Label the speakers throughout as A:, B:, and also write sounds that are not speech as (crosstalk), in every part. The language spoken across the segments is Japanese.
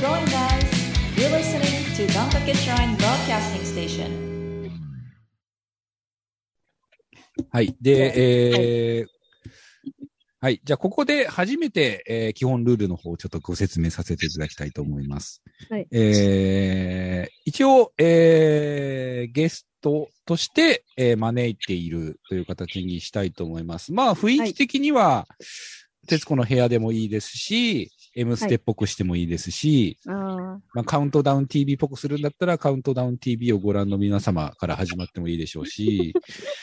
A: going, guys? You're listening to Gankake Shrine Broadcasting Station.
B: はい。で、えーはい。じゃあ、ここで初めて、えー基本ルールの方をちょっとご説明させていただきたいと思います。
C: はい
B: えー一応、えーゲストとして、えー招いているという形にしたいと思います。まあ、雰囲気的には、徹子の部屋でもいいですし、M ステっぽくしてもいいですし、
C: あ
B: まあ、カウントダウン TV っぽくするんだったら、カウントダウン TV をご覧の皆様から始まってもいいでしょうし、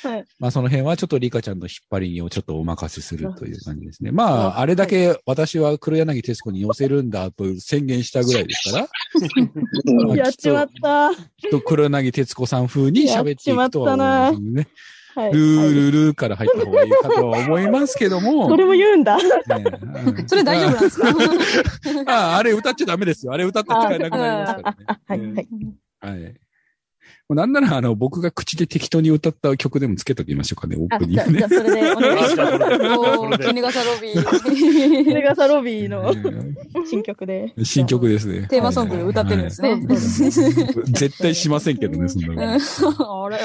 C: あ、 (laughs) はい。
B: まあその辺はちょっとリカちゃんの引っ張りにをちょっとお任せするという感じですね。
C: は
B: ま
C: い
B: あ、あれだけ私は黒柳徹子に寄せるんだと宣言したぐらいですから、まあ
C: (laughs) やっちまった。は
B: きっと黒柳徹子さん風に喋っていくとは思うんですね。
C: い。
B: ルールルーから入った方がいいかとは思いますけども。
C: これも言うんだ。
B: ねうん
D: それ大丈夫なんですか
B: ああ、あれ歌っちゃダメですよ。あれ歌ったら使えなくなりますからね。
C: はい。
B: うん
C: はい。
B: はい。もうなんなら、あの、僕が口で適当に歌った曲でもつけときましょうかね、オー
D: あ
B: プニン
D: じゃあ
B: グ
D: じ
B: ね
D: ゃ。あそれでお願いします。おー、
E: それ
D: 絹笠ロビー。
C: そ (laughs) れがサロビーの
B: う
C: 新曲で。
B: ん新曲ですね。
D: テーマソング歌ってるんですね。
C: はいはい
B: 絶対しませんけどね、そんな
D: う
B: こ
D: ん
B: と
D: (laughs) あれ
B: ま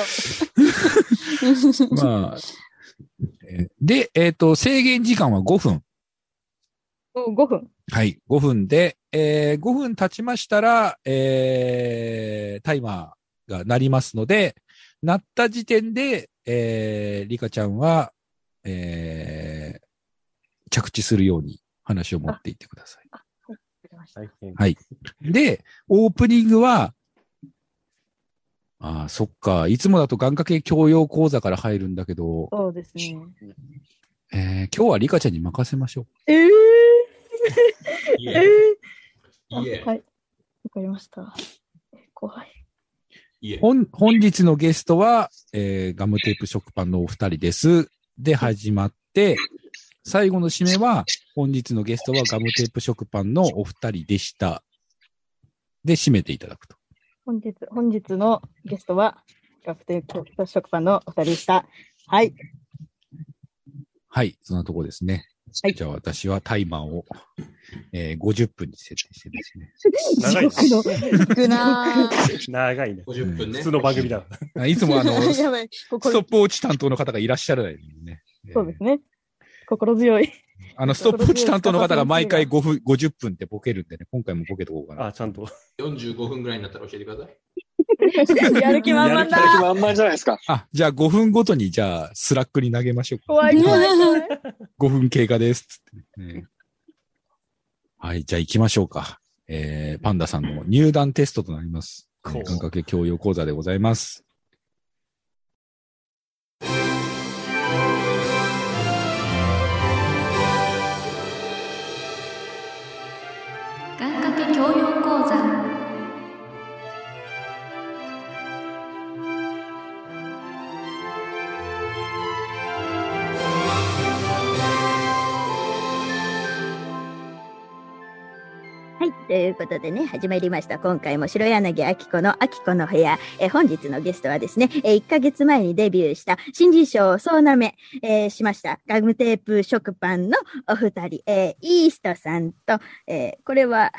B: あ。えーで、えっ、と、制限時間は5分。
C: うん5分。
B: はい。5分で、えー5分経ちましたら、えータイマーが鳴りますので、鳴った時点で、えーリカちゃんは、えー着地するように話を持っていってください。
E: 大変
B: はい。で、オープニングは、ああ、そっか。いつもだと願掛け教養講座から入るんだけど、
C: そうですね。
B: えー今日はリカちゃんに任せましょう。
C: えー
E: い
C: え
E: え
C: ーあ
E: いえ
C: はい。わかりました。怖い。
E: いえ
B: 本本日のゲストは、えーガムテープ食パンのお二人です。で始まって、最後の締めは、本日のゲストはガムテープ食パンのお二人でした。で、締めていただくと。
C: 本日、本日のゲストは、ガプテン教室食パンのお二人でした。はい。
B: はい、そんなとこですね。
C: はい
B: じゃあ私はタイマーを、えー50分に設定してですね。
C: 地
E: 長いな
C: 獄の、
D: くなー
E: 長いね。
F: 50分ね。
E: 普通の番組だ。
B: あいつもあの、 (laughs) ス
D: やばい。こ
B: ト
D: れ
B: ッ、プウォッチ担当の方がいらっしゃらないのでね。
C: そうですね。心強い。
B: あの、ストップウォッチ担当の方が毎回5分、50分ってボケるんでね、今回もボケとこうかな。
E: あ、ちゃんと。
F: 45分ぐらいになったら教えてください。
D: やる気満々
G: やる気
D: だ。
G: 満々じゃないですか。
B: あ、じゃあ5分ごとに、じゃあ、スラックに投げましょうか。
C: 怖い怖い怖い。
B: 5分経過です。つってねはい、じゃあ行きましょうか。えー、パンダさんの入団テストとなります。え
E: こ
B: ー願
E: う
B: 掛け教養講座でございます。
H: 願掛け教養講座
I: はい。ということでね、始まりました。今回も白柳明子の明子の部屋。えー本日のゲストはですね、え1ヶ月前にデビューした新人賞を総なめ、えーしました。ガムテープ食パンのお二人、えーイーストさんと、えーこれは、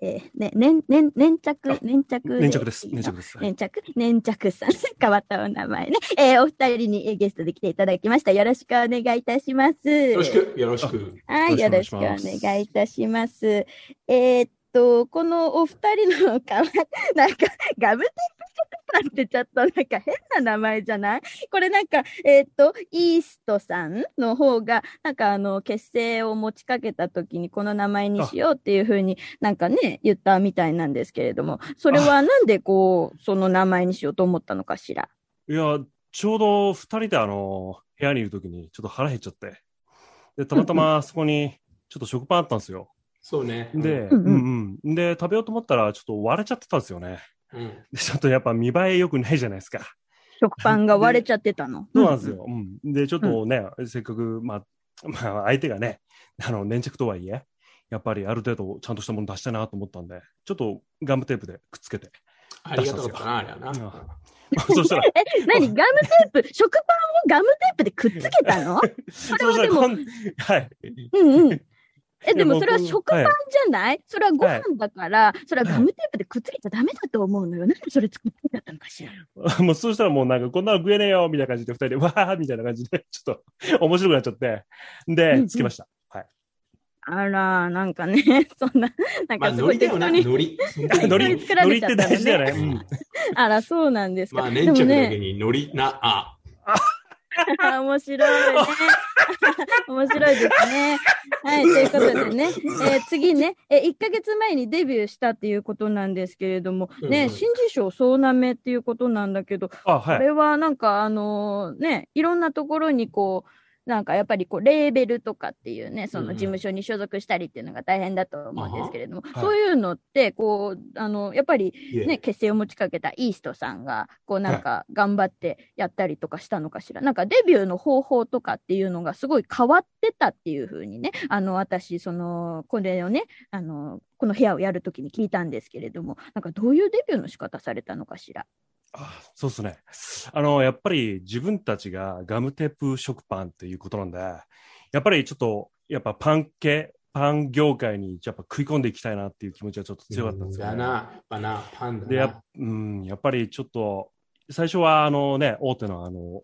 I: えーね、ねん、ねん、粘着
E: あ、
I: 粘着。
E: 粘着です。粘着です。はい
I: 粘着粘着さん。 (laughs) 変わったお名前ね。えーお二人にえーゲストで来ていただきました。よろしくお願いいたします。
F: よろしく、よろしく。
I: はい、よ
E: よ
I: ろ
E: ろ
I: し
E: し
I: く
E: く
I: お
E: お
I: 願
E: 願いします
I: いいたします。えーっと、このお二人のかわ、 (laughs) なんか、ガムテープ食パンってちょっとなんか変な名前じゃないこれなんか、えーっと、イーストさんの方が、なんかあの、結成を持ちかけた時にこの名前にしようっていうふうになんかね、言ったみたいなんですけれども、それはなんでこう、その名前にしようと思ったのかしら。
E: いや、ちょうど二人であの、部屋にいるときにちょっと腹減っちゃって。で、たまたまそこにちょっと食パンあったんですよ。
F: そうね。
E: で、
I: う
E: うんん
I: う
E: うん。で、食べようと思ったらちょっと割れちゃってたんですよね。
F: うん、
E: で、ちょっとやっぱ見栄え良くないじゃないですか。
I: 食パンが割れちゃってたの。
E: そうなんですよ。うん。で、ちょっとね、せっかく、まあ、まあ、相手がね、あの、粘着とはいえ、やっぱりある程度ちゃんとしたもの出したいなと思ったんで、ちょっとガムテープでくっつけて。
F: ありがとうかな、あれは
E: うん
F: な。
I: (laughs)
F: (laughs)
E: そしたら、
I: え、なにガムテー (laughs) プ、食パンをガムテープでくっつけたの
E: そしたらこん、はい。
I: (laughs) うんうん。え、でもそれはい
E: や僕
I: 食パンじゃない、それはご
E: はい
I: 飯だから、それはガムテープでくっつけちゃダメだと思うのよ。なんでそれ作ってだったのかしら。
E: もうそうしたらもうなんかこんなの食えねえよみたいな感じで二人でわーみたいな感じでちょっと面白くなっちゃって
I: うんう
E: で
I: ん
E: つけました。はい。
I: あら、なんかね、 (laughs) そんな、なん
F: まあ、
I: かす
F: ノ
I: ごい
F: リだ
I: 適
F: よな、
I: 当に。
F: ノリ。
E: (laughs) ノ
I: 当に
E: リ
I: 作ら
E: ノリ
I: れ
E: っ
I: ちゃ
E: て
I: ったよね
E: 大事だよね。
F: うん
E: うん
I: あら、そうなんですか。
F: まあ、
I: で
F: 粘
I: も
F: 着だけ
I: ね、
F: にノリな、あ。
I: あ面白い
F: (laughs)
I: ね。面白いですね。はい、ということでね、えー次ね、えー、1ヶ月前にデビューしたっていうことなんですけれども、
F: うんう
I: ね、
F: ん
I: 新人賞総なめっていうことなんだけど、
E: あ、
I: こ
E: はい。
I: れはなんかあのねいろんなところにこうなんかやっぱりこうレーベルとかっていうねそ
F: うんう
I: の
F: ん
I: 事務所に所属したりっていうのが大変だと思うんですけれども、
E: あは
I: そういうのってこうあのやっぱり
F: いえ
I: ね結成を持ちかけたイーストさんがこうなんか頑張ってやったりとかしたのかしら、なんかデビューの方法とかっていうのがすごい変わってたっていう風にねあの私そのこれをねあのこの部屋をやるときに聞いたんですけれどもなんかどういうデビューの仕方されたのかしら。
E: あそうですね。あの、やっぱり自分たちがガムテープ食パンっていうことなんで、やっぱりちょっと、やっぱパン系、パン業界にやっぱ食い込んでいきたいなっていう気持ちはちょっと強かったんですよね
F: だな、やっぱな、パンだ
E: でやっ
F: な。
E: うん、やっぱりちょっと、最初はあのね、大手のあの、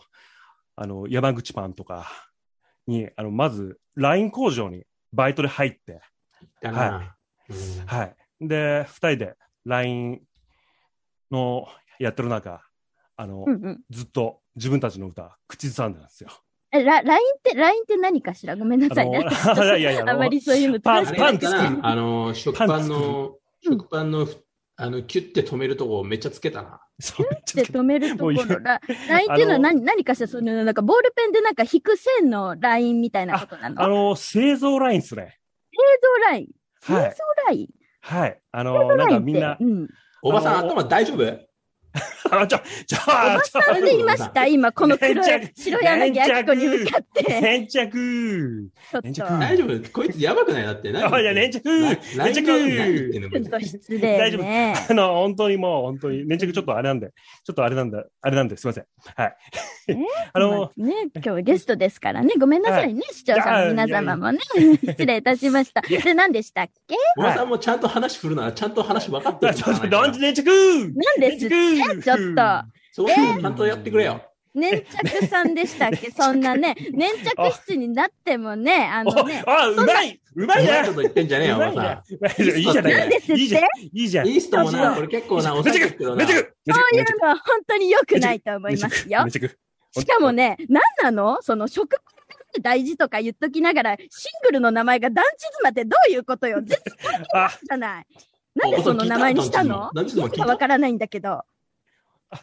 E: あの、山口パンとかに、あの、まず、ライン工場にバイトで入って、
F: だ
E: は
F: な。うん
E: はい。で、二人で LINE のやってる中、あの、
I: うんうん
E: ずっと自分たちの歌、口ずさんでたんですよ。 (laughs)
I: え、ラ、ラインって、ラインって何かしらごめんなさいね。
E: あの (laughs) いやいやあの
I: あまりそういうの
E: パン
I: 詳
F: あ
I: し
F: れ
I: くな
F: だ
I: くて
F: なあの、食パンの、
I: うん
F: 食パンの、あの、キュッて止めるとこめっちゃつけたな。
E: そうめっち
I: で
E: ゃつけて
I: 止めるところ
E: もう言う
I: ラ、ラインっていうのは何、何かしら、その、なんか、ボールペンでなんか引く線のラインみたいなことなの
E: あ
I: 映
E: の、製造ラインですね。
I: 像ライン。映像
E: はい
I: ライン
E: はい。あ
I: 映
E: の、
I: 像
E: なん
I: ライ
E: か
I: ン
E: み
I: っ
E: ん
I: て。
E: な
I: う、ん。
F: おばさ
E: あ
F: ん、
E: の
F: 頭大丈夫
E: あ、ちょ、ちょ、ちょ、
I: それでい
E: (laughs)
I: ました今、この黒
E: 粘
I: い、
E: 着
I: 白柳明子に向かって。
E: 粘着 (laughs)
I: ちょっと、
E: 粘
I: ち
E: 着
I: ょ
F: 大丈夫こいつやばくないだって。何
E: あ、いや、粘着
F: ラ
E: 粘
F: インが何言っ
E: 着
F: てんのこい
I: っ
F: つ
I: と
E: (laughs)
I: 失
E: 大
I: 礼
E: 丈夫
I: ね。
E: あの、本当にもう、本当に、粘着ちょっとあれなんで、ちょっとあれなんだ、あれなんですいません。はい。あの、
I: まあね、今日はゲストですからね、ごめんなさいね、視聴者の皆様もね、 (laughs) 失礼いたしました。で、何でしたっけ
F: おばさんもちゃんと話振るなら、ちゃんと話分かって
E: ど
F: る
E: ん
F: ん (laughs)
E: ち
F: じゃない
E: どんち粘着
I: 何
E: (laughs)
I: です
E: 粘着
I: ちょっと。
F: そういうのちゃんとやってくれよ。
I: 粘着さんでしたっ
F: (laughs)
I: け、そんなね、粘着質になってもね、あの
E: お
I: ね、
E: あ、うまいうまいな
F: ちょっと言ってんじゃねえよ、
E: う
F: お
E: ま
F: ば
E: いな
F: さ
E: いいじゃない
I: 何ですって
E: いいじゃんいいじゃん
F: ん。イーストも
E: ちょっ
F: な、
E: と
F: これ結構な、
E: 粘
F: 抑えてる
E: 着
F: けどな
E: 粘。着
I: そ
E: 粘
I: ういう
E: 着
I: のは本当に良くないと思いますよ
E: 粘。着
I: しかもね、なんなのその食パンって大事とか言っときながら、シングルの名前が団地妻ってどういうことよ全然
E: あ、
I: じ
F: (laughs)
I: ゃない。なんでその名前にしたの
F: 何時でも聞い
I: わ
F: た
I: からないんだけど。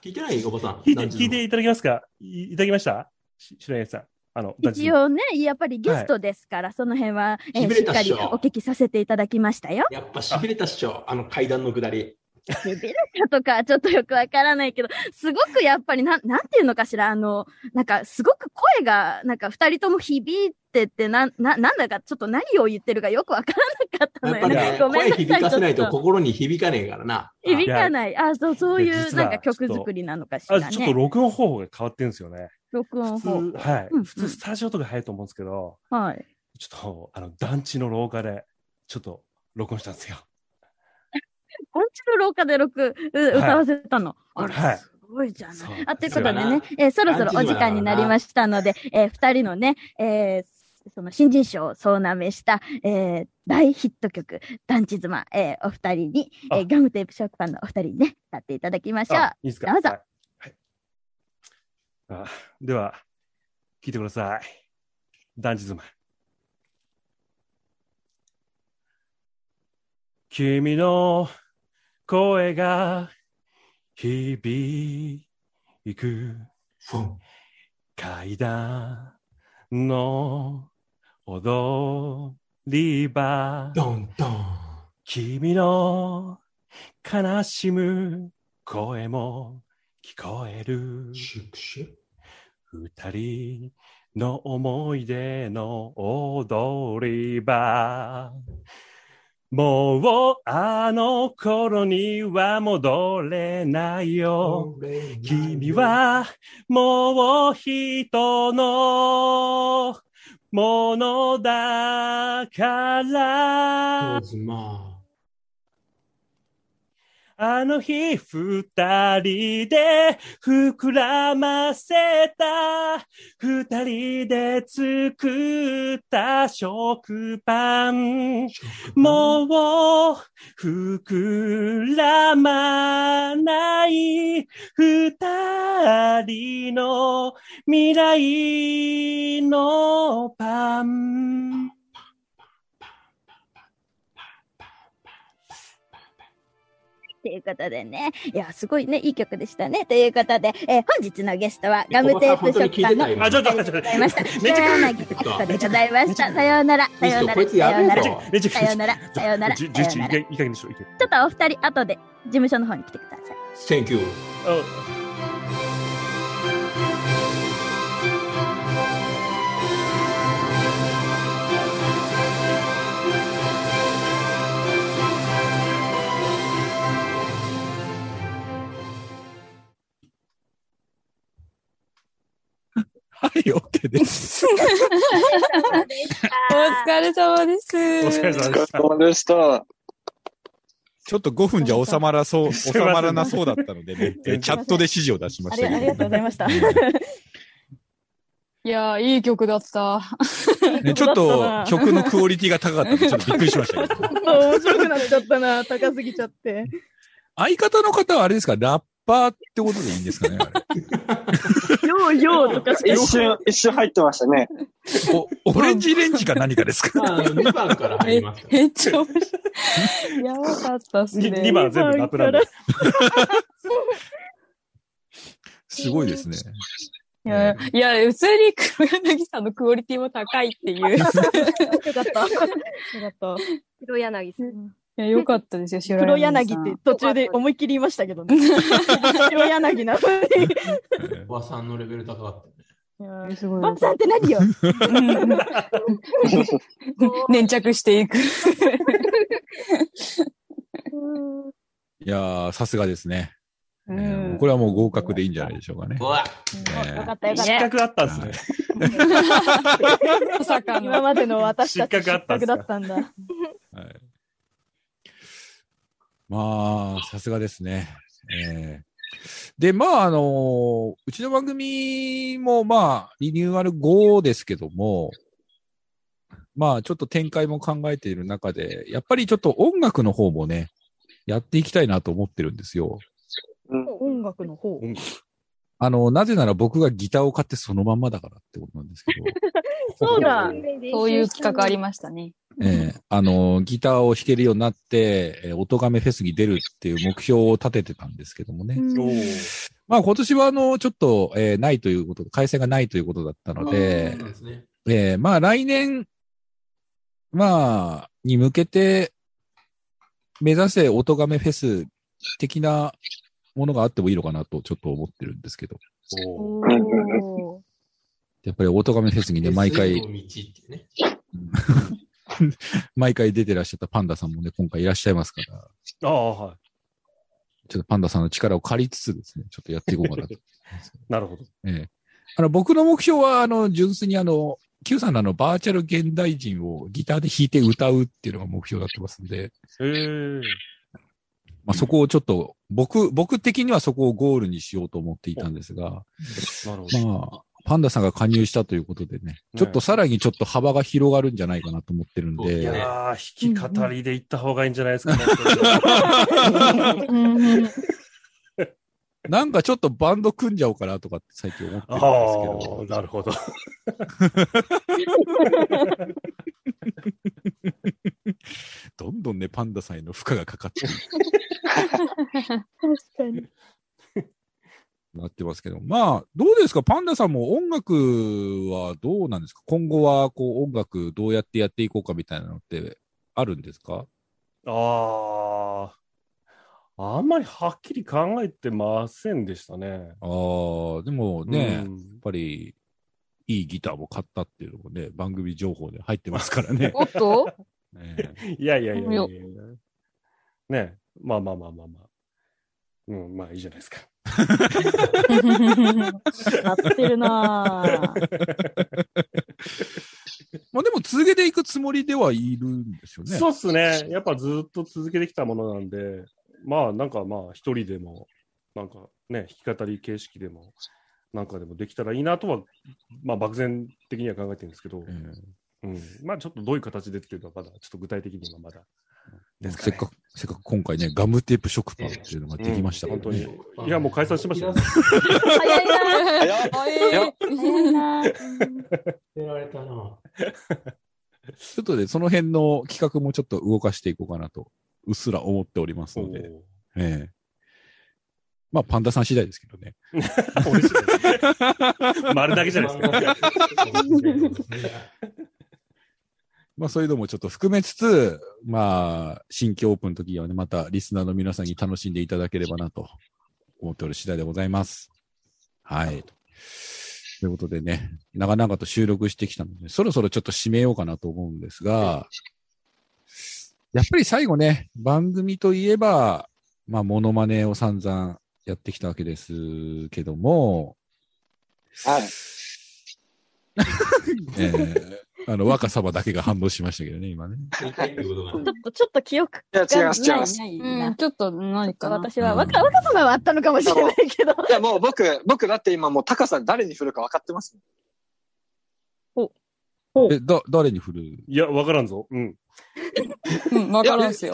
F: 聞いてないおばさん。
E: 聞いて、
F: 何時でも
E: 聞いていただけますかいいただきましたし白柳さん。あの、
I: 一応ね、やっぱりゲストですから、その辺は、えー
F: しび
I: しっ
F: れた
I: か
F: っし
I: り
F: ょ
I: お聞きさせていただきましたよ。
F: やっぱしびれたっしょ、あの階段の下り。
I: しびれたとかはちょっとよくわからないけど、すごくやっぱりなん、なんていうのかしら、あの、なんかすごく声が、なんか二人とも響いてて、なん、な、なんだかちょっと何を言ってるかよくわからなかった
F: や
I: の
F: っぱ
I: よね
F: ね。、
I: ごめ
F: 声
I: んなさい。
F: 響かせない
I: ちょ
F: と
I: っと
F: 心に響かねえからな。
I: 響かない。あ、そう、そうい
E: いや
I: う、
E: 実は
I: なんか曲作りなのかしら
E: あちょっと
I: ね。
E: 録音方法が変わってるんですよね。
I: 録音
E: 普通
I: 法。、
E: はい、
I: うんうん
E: 普通スタジオとか入ると思うんですけど、
I: はい。
E: ちょっと、あの、団地の廊下で、ちょっと、録音したんですよ。
I: こっちの廊下で録、う歌わせたの。あら
E: はい
I: すごいじゃない
E: そう。
I: あ、というこ
F: そ
I: とで
F: うだ
I: ね
F: な、
I: えーそろそろお時間になりましたので、えー二人のね、えーその新人賞を総なめした、えー大ヒット曲、団地妻、えーお二人に、えー
E: あ
I: ガムテープ食パンのお二人にね、歌っていただきましょう。
E: あいいですか
I: どうぞ
E: はいはいあでは、聞いてください。団地妻。君の声が響く
F: フォン。
E: 階段の踊り場。
F: ドンドン。
E: 君の悲しむ声も聞こえる
F: シュクシュ。
E: 二人の思い出の踊り場もうあの頃には戻れないよ君はもう人のものだか
F: 上
E: ら
F: 手ま
E: あの日二人で膨らませた二人で作った食パン
F: あ。
E: もう膨らまない二人の未来のパン
I: ということでね、いや、すごいね、いい曲でしたね。ということで、えー本日のゲストは、ガムテープ食パンの
F: え
E: あ、ちょっと
I: あり
E: 待っ
I: がとう
E: て、ち
I: ござい
E: ょ
I: ま
E: っ
I: した。
E: と、めちゃくちゃ
I: なぎとでございました。さようなら。さような
F: こ
I: ら。
F: いつ
I: さ
F: や
I: よ
F: べ
I: う
F: え
I: なら。
F: ぞ
I: さよ
E: めちゃくちゃ
I: うなら。さようなら。さ
E: じゅ
I: ようなら。
E: 11
I: ち
E: いい加減にしろ、いい加減
I: ょっとお二人、後で事務所の方に来てください。
F: Thank you.
E: あ
B: はい、OK です。
D: お疲れ様です。
E: お疲れ様
G: お
E: でした。
G: 疲れ様でした。
B: (laughs) ちょっと5分じゃ収まらそう、 (laughs) 収
E: すいません
B: まらなそうだったのでね、えチャットで指示を出しま
C: あ
B: し
C: り
B: た
C: ありがとうございました。
D: いやー、いい曲だった。
B: ね、ちょっと曲のクオリティが高かったん
C: (laughs)
B: で、ちょっとびっくりしましたけど。
C: 面白くなっちゃったな、高すぎちゃって。
B: 相方の方はあれですか、ラッパーってことでいいんですかね、あれ
C: ようようとか
G: 一瞬、一瞬入ってましたね。
B: おオレンジレンジか何かですか
F: まあ、あの2番から入りました。
D: めっちゃ面白い。やばかったっすね。
E: に2番は全部ラップなんです。
B: すごいですね。
D: いや、いや普通に黒柳さんのクオリティも高いっていう。い
C: よかった。よかった。
J: 黒柳さん。
D: や、よかったですよ、白
C: 黒
D: 柳
C: 柳
D: さ
C: っ
D: ん
C: て途中で思いっきり言いましたけどね。黒柳 (laughs) なの
B: え
F: おばさんのレベル高かったね。
C: に。
D: えすごい
C: パンさんって何よ
J: (laughs)
D: うん粘着していく。
B: (laughs) ーいやー、さすがですね。
D: う
B: えーもうんこれはもう合格でいいんじゃないでしょうかね。
F: うわ
C: よか
B: ね (laughs)
C: ったよかっ
E: 失
C: た。
E: 格あったんですね。
D: まさか
C: 今
D: の。
C: までの私たち
E: 失格あったんすか
C: だったんだ。
B: はいまあ、さすがですね。えーで、まあ、あのうちの番組も、まあ、リニューアル後ですけども、まあ、ちょっと展開も考えている中で、やっぱりちょっと音楽の方もね、やっていきたいなと思ってるんですよ。
C: 音楽の方。
B: あの、なぜなら僕がギターを買ってそのまんまだからってことなんですけど。
C: そうだ。
D: そういう企画ありましたね。
B: ええあの、ギターを弾けるようになって、えー、音亀フェスに出るっていう目標を立ててたんですけどもね。
E: おー
B: まあ今年はあの、ちょっと、えーないということ、開催がないということだったの
F: そ
B: で
F: うな、んですね。
B: えーまあ来年、まあ、に向けて、目指せ音亀フェス的なものがあってもいいのかなとちょっと思ってるんですけど、
E: おー
B: やっぱり音亀フェスにね、毎回
F: 水、の道ってね。
B: 毎回出てらっしゃったパンダさんもね、今回いらっしゃいますから、
E: ああ、はい。
B: ちょっとパンダさんの力を借りつつですね、ちょっとやっていこうかなと。 (laughs)
E: なるほど。
B: ええあの、僕の目標は、あの、純粋にあの、Q さんのあの、バーチャル現代人をギターで弾いて歌うっていうのが目標になってますんで、
E: え
B: まあ、そこをちょっと、僕、僕的にはそこをゴールにしようと思っていたんですが、
E: えなるほど。
B: まあ、パンダさんが加入したということでね、ちょっとさらにちょっと幅が広がるんじゃないかなと思ってるん
F: そう
E: い
B: で、
E: やー、弾き語りで行った方がいいんじゃないですかね。
D: うん
B: なんかちょっとバンド組んじゃおうかなとかって最近思 (laughs) ってるんで
E: あ
B: すけ
E: あ、
B: ど、
E: なるほど。
B: どんどんね、パンダさんへの負荷がかかって
C: 確かに。
B: なってますけど、まあ、どうですかパンダさんも音楽はどうなんですか今後は、こう、音楽どうやってやっていこうかみたいなのってあるんですか
E: ああ、あんまりはっきり考えてませんでしたね。
B: ああ、でもね、
E: う
B: やっ
E: ん
B: ぱり、いいギターも買ったっていうのもね、番組情報で入ってますから
E: (laughs)
B: ね。
D: おっと
B: ね
E: いやいやいやいやいやねえまあまあまあまあまあ。うん、まあいいじゃないですか。
C: なってるなぁ。
B: まあでも続けていくつもりではいるんですよね。
E: そうっすね。やっぱずっと続けてきたものなんで、まあなんかまあ一人でも、なんかね、弾き語り形式でも、なんかでもできたらいいなとは、まあ漠然的には考えてるんですけど、う
B: え
E: ん
B: ー
E: まあちょっとどういう形でっていうのはまだ、ちょっと具体的にはまだ。ですか
B: せ
E: ね
B: っかく、せっかく今回ね、ガムテープ食パンっていうのができましたから
E: 本当に
B: ね。
E: いやもう解散しましたよ
F: いら捨
D: 早いな
G: 早っ
D: 早い
I: 早いなうん
F: てられたな。
B: ちょっとで、その辺の企画もちょっと動かしていこうかなと、うっすら思っておりますので。ええまあ、パンダさん次第ですけどね。
E: おー嬉しい (laughs) ね丸だけじゃないですか。
B: まあ、そういうのもちょっと含めつつ、まあ、新規オープンの時にはね、またリスナーの皆さんに楽しんでいただければなと思っておる次第でございます。はい。ということでね、長々と収録してきたので、そろそろちょっと締めようかなと思うんですが、やっぱり最後ね、番組といえば、まあ、モノマネを散々やってきたわけですけども、
G: はい。
B: えーあの、若様だけが反応しましたけどね、今ね。
F: 痛いってことが
I: ちょっとちょっと記憶
G: いや、違います、違います。
I: ないな
D: うん、ちょっと何かな。
I: 私は
B: うん
I: 若若様はあったのかもしれないけど
G: いや、もう僕、僕だって今もう高さん誰に振るか分かってます。
B: え、だ、誰に振る
E: いや、わからんぞ。うん。
D: うん、わからんすよ。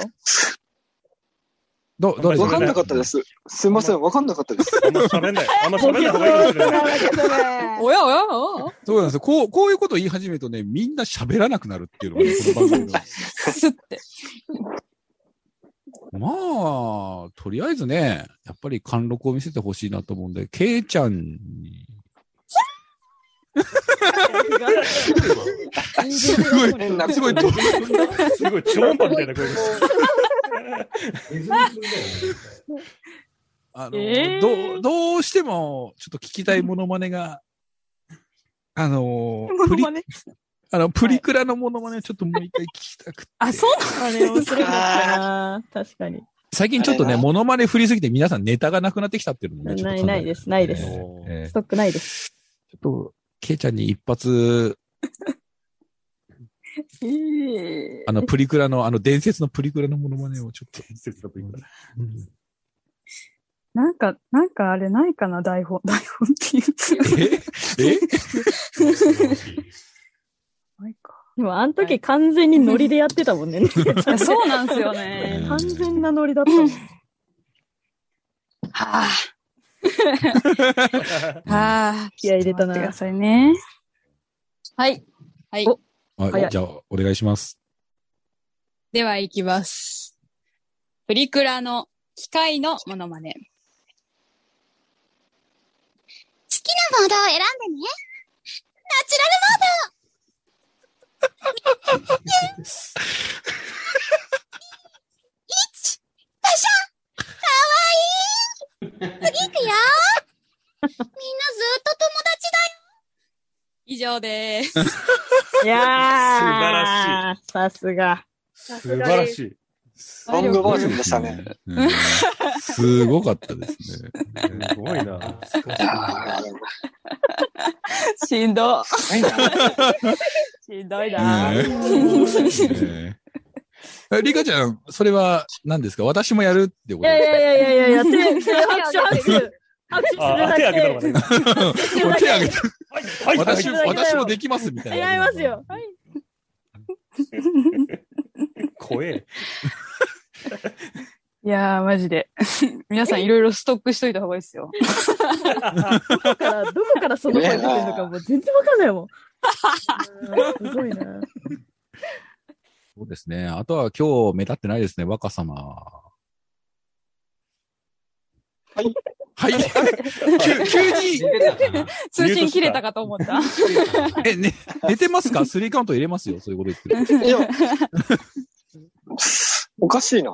B: ど、誰
E: そ
B: に
E: うだ
G: 分
E: ね
G: かんなかったで。す。すいません、分かんなかったです。
E: あんま喋んない。あんま喋んない方がいいかもしれない。
D: おやおやおや
B: そうなんですよ。こう、こういうことを言い始めるとね、みんな喋らなくなるっていうのが
G: (laughs)
B: ね、この番組の。
D: すって。
B: まあ、とりあえずね、やっぱり貫禄を見せてほしいなと思うんで、ケイちゃんに、すごい、
G: 変な
B: (laughs) すごい、ど
E: すごい超音波みたいな声 (laughs) です。
F: ネズミ君だよね
B: (laughs) あの、
D: えー
B: どう、どうしても、ちょっと聞きたいモノマネが、あの、プリ、 (laughs) あの、プリクラのモノマネをちょっともう一回聞きたく
G: (laughs)
B: て。
D: あ、そう
C: あれ面白かったな。確かに。
B: 最近ちょっと
G: あ
B: ね、
G: れな
B: モノマネ振りすぎて皆さんネタがなくなってきたっていうのもね、ちょっと
C: ない、
B: 考え
C: ないです、ないです。
B: ええええ
C: ストックないです。
B: ちょっと、ケイちゃんに一発、
D: ええ
B: あの、プリクラの、あの、伝説のプリクラのモノマネをちょっと。
E: 季節だといいから
D: なんか、なんかあれないかな、台本。台本っていう。
C: (laughs)
B: ええ
D: ないか。
C: でも、あの時完全にノリでやってたもんね。
D: いやそうなんですよね。
C: 完全なノリだったもん。
D: はあ。はあ。
C: 気合い入れたな
D: ちょっと待ってくださいね。はい。はい。
B: はい、じゃあ、お願いします。
J: では行きます。プリクラの機械のモノマネ。好きなモードを選んでね。ナチュラル (laughs) モード。いち、パシャ、かわいい。
C: (laughs)
J: 次行くよ。みんなずっと友達だよ。以上です。
C: いやー。
E: 晴
C: しい。さすが。
E: 素晴らしい。
G: ロングバージョンでしたね。
B: うん。すごかったですね。
E: すごいな。
G: いやーでも
D: しんど。
G: ないな
D: しんどい
B: なねえリカちゃん、それは何ですか私もやるってこ
C: い
B: と
C: やい
B: で
C: やいやいやいや、手、手拍手、拍手。拍手する
E: あ、
C: だ
E: 手
C: け。
E: 挙げたのが
B: す
E: ね。
B: か手挙げて、
E: はい、はい、
B: 私、
E: はい。
B: 私もできますみたいな。
C: 違いますよ。
E: 怖え。
D: いやー、マジで。皆さんいろいろストックしといた方がいいですよ。
C: どこから、どこからその声出てるのかもう全然わかんないもん。うんすごいな。
B: そうですね。あとは今日目立ってないですね、若様。はい。はい。急に、
D: 通信切れたかと思った。
B: え、ね、寝てますかスリーカウント入れますよ、そういうこと言ってる。
G: (laughs) いやおかしいな。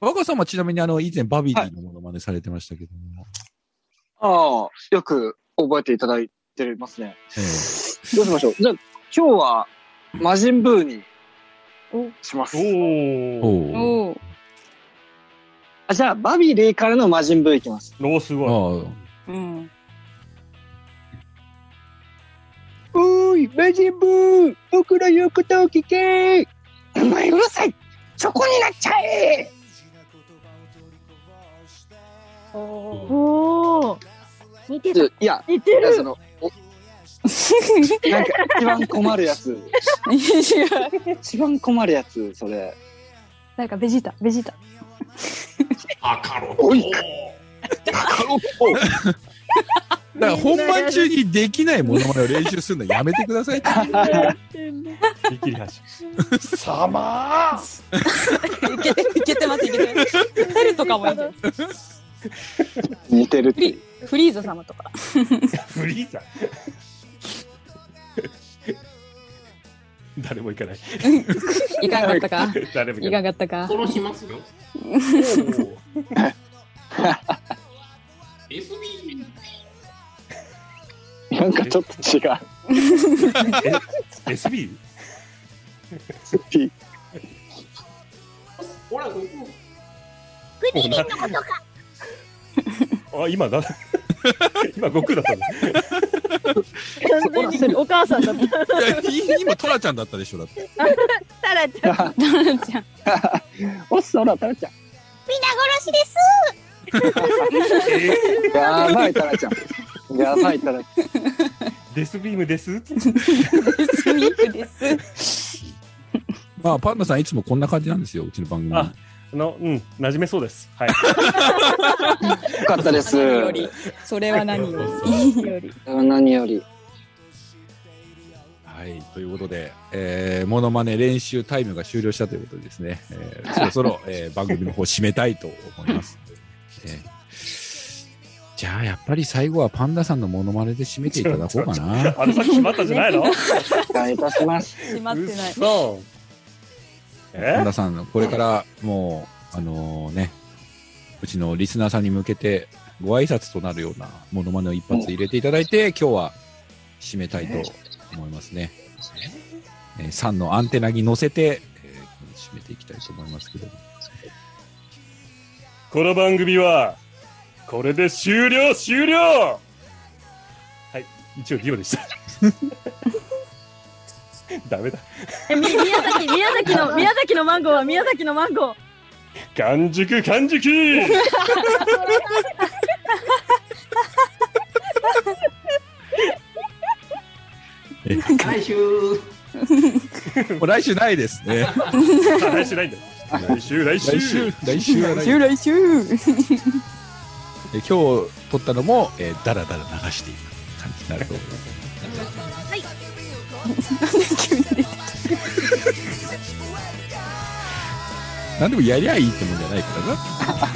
B: 若様ちなみにあの、以前バビディのものまねされてましたけども。
G: ああ、よく覚えていただいてますね。
B: え
G: どうしましょう。じゃあ、今日は、魔人ブーに、します。
B: え
E: おお。
B: お
J: おう
G: あじゃあ、バビリーからの魔人ブーいきます。
E: おーすごい。
B: お。ああ。
J: うん。
G: い魔人ブー僕の言うことを聞けお前うるさいチョコになっちゃえ
C: おお
I: 似てる
G: いや、
C: 似てる
G: その、おなんか一番困るやつ。一番困るやつ、それ。
J: (laughs)
D: なんかベジータ、ベジータ。
F: 赤ロおい
G: カロッポ
B: だから本番中にできないものまねを練習するのやめてく
E: (laughs)
B: ださいって。
E: 見切り発
G: 様
J: けて、いけてます、いけてます。テルとかもいいんじゃない
G: 似てるっていう。
J: フリーザ様とか。
E: 車。フリーザ。誰も行かない。
J: (laughs) いかんかったか。
E: 誰も
J: い
E: 行
J: か
E: か
J: んか
E: ない。
J: ったか
F: そ。の日ますよ。SB
G: なんかちょっと違う。
E: え SB?
F: ほらここ
E: もうなあ、今だ。今悟空だったんだ。
C: 完全にお母さんだった。
B: いやい今、トラちゃんだったでしょ、だって。
I: タラちゃん
J: タラちゃん。
G: おっそら、タラちゃん。 (laughs) やばい、タラちゃん。やばい、タラち
E: デスビームです。
J: スミープです。
B: まあ、パンダさんいつもこんな感じなんですよ、うちの番組。
E: ああの、うん、馴染めそうです。はい。
G: ゃん。よかったです。
J: 何より。それは何より。より。
G: 何より。
B: はい、ということで、えー、モノマネ練習タイムが終了したということでですね、えーそろそろ、えー番組の方締めたいと思います。えーじゃあ、やっぱり最後はパンダさんのモノマネで締めていただこうかな。
E: あれさっき決まったんじゃないの？
G: お願いいたします。
J: 閉まってない。
E: そう。
B: パ
E: え
B: ンダさん、これからもう、あのね、うちのリスナーさんに向けて、ご挨拶となるようなモノマネを一発入れていただいて、今日は締めたいと思いますね。えー、さんのアンテナに乗せて、えー締めていきたいと思いますけども。
E: この番組はこれで終了終了。はい、一応リオでした。 (laughs) ダメだ。
C: えみ宮崎、宮崎の、宮崎のマンゴーは宮崎のマンゴー。
E: 完熟完熟。
F: 来週
B: もう来週ないですね。
E: 来週ないんだよ。来週来週。
B: 来週、来週はない。え
J: 来週。
B: 今日撮ったのも、えー、だらだら流していく感じになると思います。 (laughs) はい。なんでもやりゃいいってもんじゃないからな。